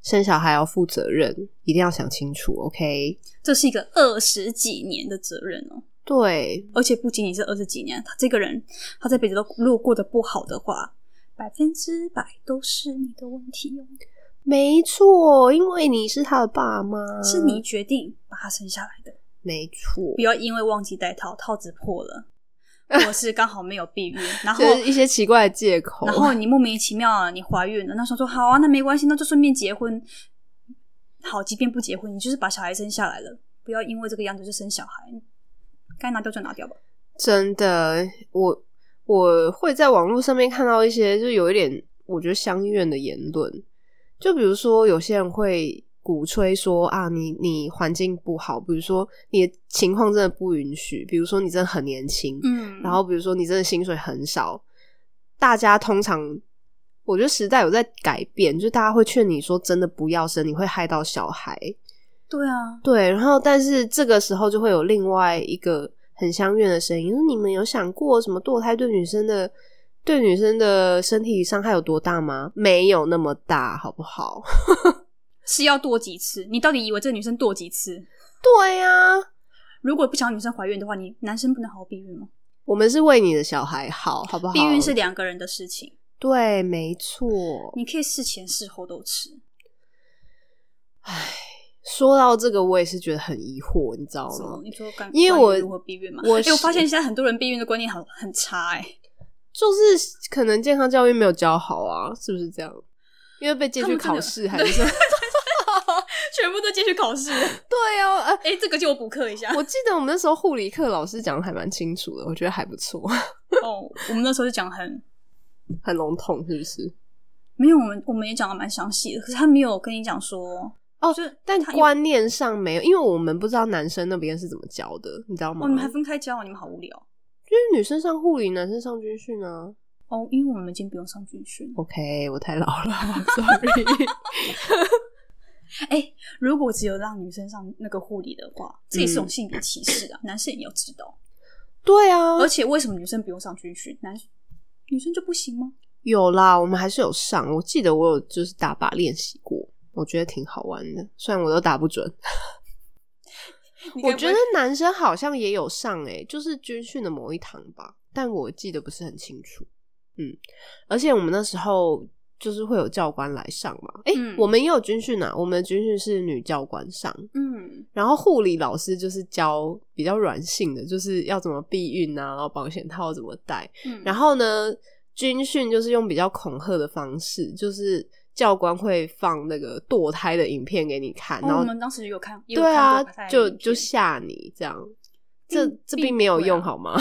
生小孩要负责任，一定要想清楚，OK？这是一个二十几年的责任哦，对，而且不仅仅是二十几年，他这个人他这辈子都如果过得不好的话，百分之百都是你的问题哦。没错，因为你是他的爸妈，是你，决定把他生下来的，没错不，要因为忘记戴套，套子破 了，或是刚好没有避孕，然后就是一些奇怪的借口。然后你莫名其妙啊你怀孕了，那时候说好啊，那没关系，那就顺便结婚。好，即便不结婚，你就是把小孩生下来了，不要因为这个样子就生小孩，该拿掉就拿掉吧。真的，我我会在网络上面看到一些，就有一点我觉得相怨的言论，就比如说有些人会鼓吹说啊，你你环境不好，比如说你的情况真的不允许，比如说你真的很年轻，嗯然后比如说你真的薪水很少，大家通常。我觉得时代有在改变，就大家会劝你说真的不要生，你会害到小孩。对啊，对，然后但是这个时候就会有另外一个很相怨的声音，就是你们有想过什么堕胎对女生的对女生的身体伤害有多大吗？没有那么大，好不好？ 是要堕几次？你到底以为这个女生堕几次？对呀、如果不想女生怀孕的话，你男生不能好好避孕吗？我们是为你的小孩好，好不好？避孕是两个人的事情，对，没错。你可以事前事后都吃。说到这个，我也是觉得很疑惑，你知道什么吗？？你说干？因为我关于如何避孕嘛？我哎、我发是现现在很多人避孕的观念好很差哎、就是可能健康教育没有教好啊，是不是这样？因为被借他去们真考的试还对是什 么全部都继续考试。 对啊，呃哎、这个就我补课一下。 我记得我们那时候护理课老师讲的还蛮清楚的，我觉得还不错， 哦，我们那时候就讲很很笼统，是不是？没有，我们我们也讲的蛮详细的，可是他没有跟你讲说哦就是但他观念上没有，因为我们不知道男生那边是怎么教的，你知道吗？哦，你们还分开教，你们好无聊就是女生上护理，男生上军训啊。哦，因为我们已经不用上军训了。 OK，我太老 了 ，sorry。哎、如果只有让女生上那个护理的话，这也是种性别歧视啊，男生也要知道。对啊，而且为什么女生不用上军训，男女生就不行吗？有啦，我们还是有上。我记得我有就是打靶练习过，我觉得挺好玩的。虽然我都打不准，你该我不觉会得男生好像也有上诶、就是军训的某一堂吧，但我记得不是很清楚。嗯，而且我们那时候就是会有教官来上嘛。诶、嗯我们也有军训啊，我们的军训是女教官上，嗯，然后护理老师就是教比较软性的，就是要怎么避孕啊，然后保险套怎么戴。嗯然后呢，军训就是用比较恐吓的方式，就是教官会放那个堕胎的影片给你看，哦然我后们当时有看，也有对啊看过他，的就影片就吓你这样。并这这并没有并不会用啊好 吗？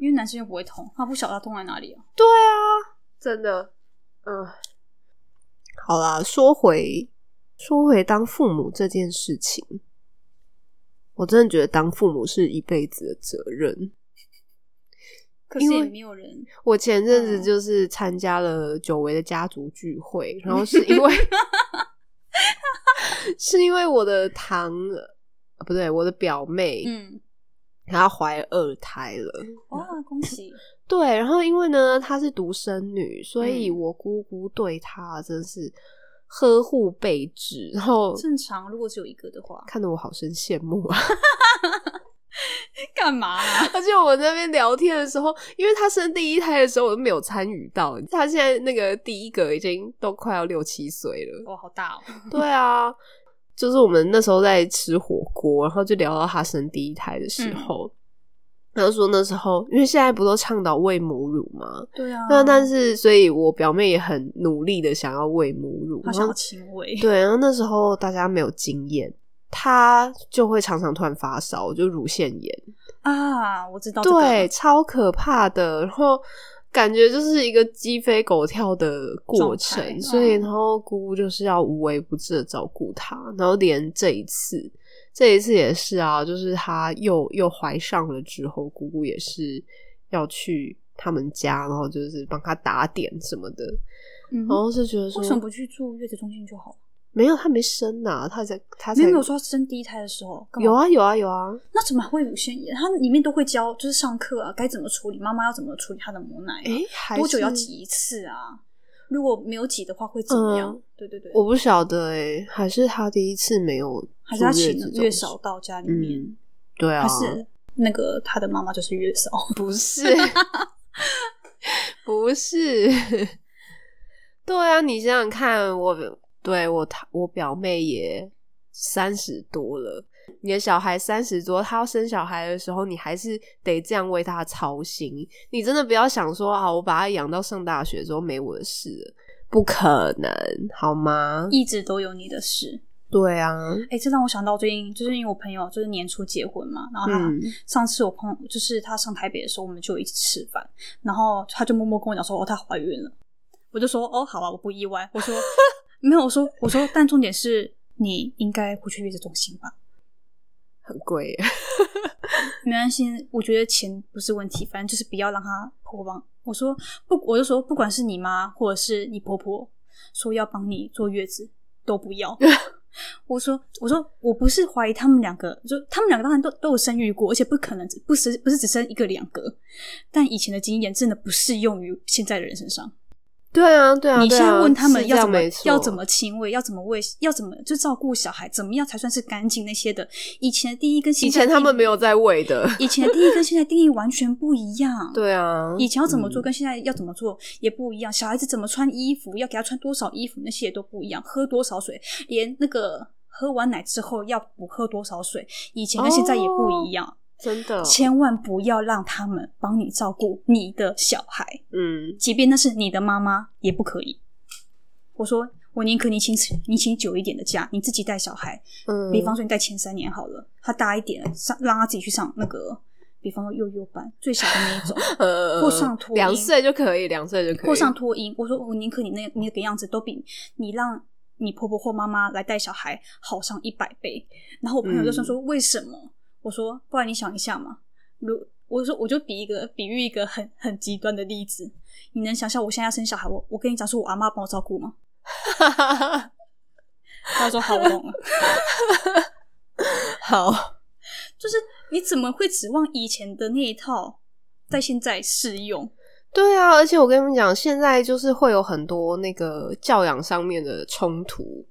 因为男生又不会痛，他不晓得他痛在哪里啊。真的，嗯，好啦，说回说回当父母这件事情，我真的觉得当父母是一辈子的责任。可是因为也没有人，我前阵子嗯就是参加了久违的家族聚会，然后是因 为 是因为我的堂呃不对，我的表妹、嗯，她怀二胎了， 哇，恭喜，对，然后因为呢她是独生女，所以嗯我姑姑对她真是呵护备至，然后正常。如果只有一个的话， 看得我好生羡慕啊。 干嘛啊？而且我们那边聊天的时候，因为她生第一胎的时候我都没有参与到，她现在那个第一个已经都快要六七岁了。 哇，好大哦！对啊，就是我们那时候在吃火锅，然后就聊到她生第一胎的时候，她就说那时候因为现在不都倡导喂母乳吗？对啊，那但是，所以我表妹也很努力的想要喂母乳，他然想后要亲喂，对，然后那时候大家没有经验，她就会常常突然发烧，就乳腺炎， 啊，我知道这个，对，超可怕的。然后感觉就是一个鸡飞狗跳的过状态程，嗯所以然后姑姑就是要无微不至的照顾她，然后连这一次，这一次也是啊，就是她又又怀上了之后，姑姑也是要去他们家，然后就是帮她打点什么的，嗯然哼，后是觉得说为什么不去住月子中心就好了？没有，她没生呐、她才她没才有没有说他生第一胎的时候，干嘛有，啊有啊有啊，那怎么还会乳腺炎？它里面都会教，就是上课啊，该怎么处理，妈妈要怎么处理她的母奶、诶、啊，还多久要是挤一次啊？如果没有挤的话会怎么样？嗯对对对，我不晓得诶、还是她第一次没有还是他住请子中月心嫂到家里面，嗯，对啊，还是那个他的妈妈就是月 嫂？不是不是？对啊，你想想看，我对我堂我表妹也三十多了，你的小孩三十多，她要生小孩的时候，你还是得这样为她操心。你真的不要想说啊，我把她养到上大学之后没我的事了，不可能，好吗？一直都有你的事。对啊，哎、这让我想到最近，就是因为我朋友就是年初结婚嘛，然后他、嗯上次我朋友就是他上台北的时候，我们就一起吃饭，然后他就默默跟我讲说，哦，她怀孕了。我就说，哦，好啊，我不意外。我说 没有，我说我说，但重点是你应该不去月子中心吧？很贵耶。 没关系，我觉得钱不是问题，反正就是不要让她婆婆帮。我说不，我就说不管是你妈或者是你婆婆说要帮你坐月子，都不要。我说，我说，我不是怀疑他们两个，就他们两个当然都都有生育过，而且不可能只不是不是只生一个两个，但以前的经验真的不适用于现在的人身上。对啊，对啊，你对现啊在问他们是这要样怎么没错要怎么亲喂，要怎么喂，要怎么就照顾小孩，怎么样才算是干净那些的，以前的定义跟以现在前的他们定义没有在喂的，以前的定义跟现在定义完全不一样。。 对啊，以前要怎么做嗯跟现在要怎么做也不一样，小孩子怎么穿衣服，要给他穿多少衣服，那些也都不一样，喝多少水，连那个喝完奶之后要补喝多少水，以前跟现在也不哦一样。真的，千万不要让他们帮你照顾你的小孩，嗯，即便那是你的妈妈，也不可以。我说，我宁可你请你请久一点的假，你自己带小孩，嗯比方说你带前三年好了，他大一点了上让他自己去上那个，比方说幼幼班最小的那一种， 呃，或上托婴两岁就可以，两岁就可以，或上托婴。我说哦我宁可你那你那个样子都比你让你婆婆或妈妈来带小孩好上一百倍。然后我朋友就说嗯说为什么？我说不然你想一下嘛，如我说我就比一个比喻一个很很极端的例子，你能想象我现在要生小孩，我我跟你讲说我阿妈帮我照顾吗？他说好，我懂啊了。 好，就是你怎么会指望以前的那一套在现在适用？ 对啊，而且我跟你们讲，现在就是会有很多那个教养上面的冲突。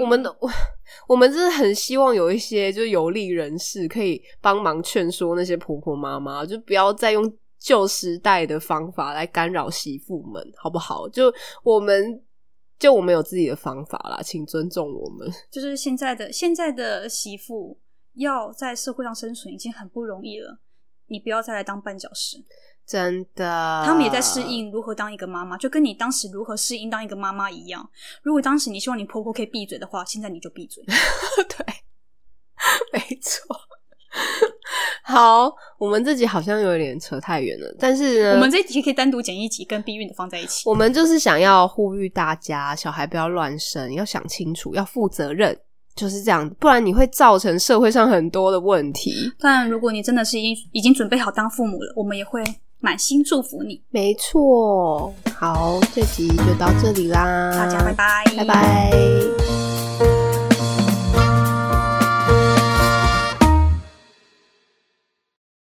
我们的我 我们真的很希望有一些就是有利人士可以帮忙劝说那些婆婆妈妈，就不要再用旧时代的方法来干扰媳妇们，好不好？就我们就我们有自己的方法啦，请尊重我们。 就是现在的现在的媳妇要在社会上生存已经很不容易了，你不要再来当绊脚石。真的，他们也在适应如何当一个妈妈，就跟你当时如何适应当一个妈妈一样。如果当时你希望你婆婆可以闭嘴的话，现在你就闭 嘴。对，没错。 好，我们自己好像有点扯太远了，但是呢，我们这一集可以单独剪一集，跟避孕的放在一起。我们就是想要呼吁大家，小孩不要乱生，要想清楚，要负责任，就是这样，不然你会造成社会上很多的问题。但如果你真的是已经已经准备好当父母了，我们也会满心祝福你。没错，好，这集就到这里啦，啊大家拜拜，拜拜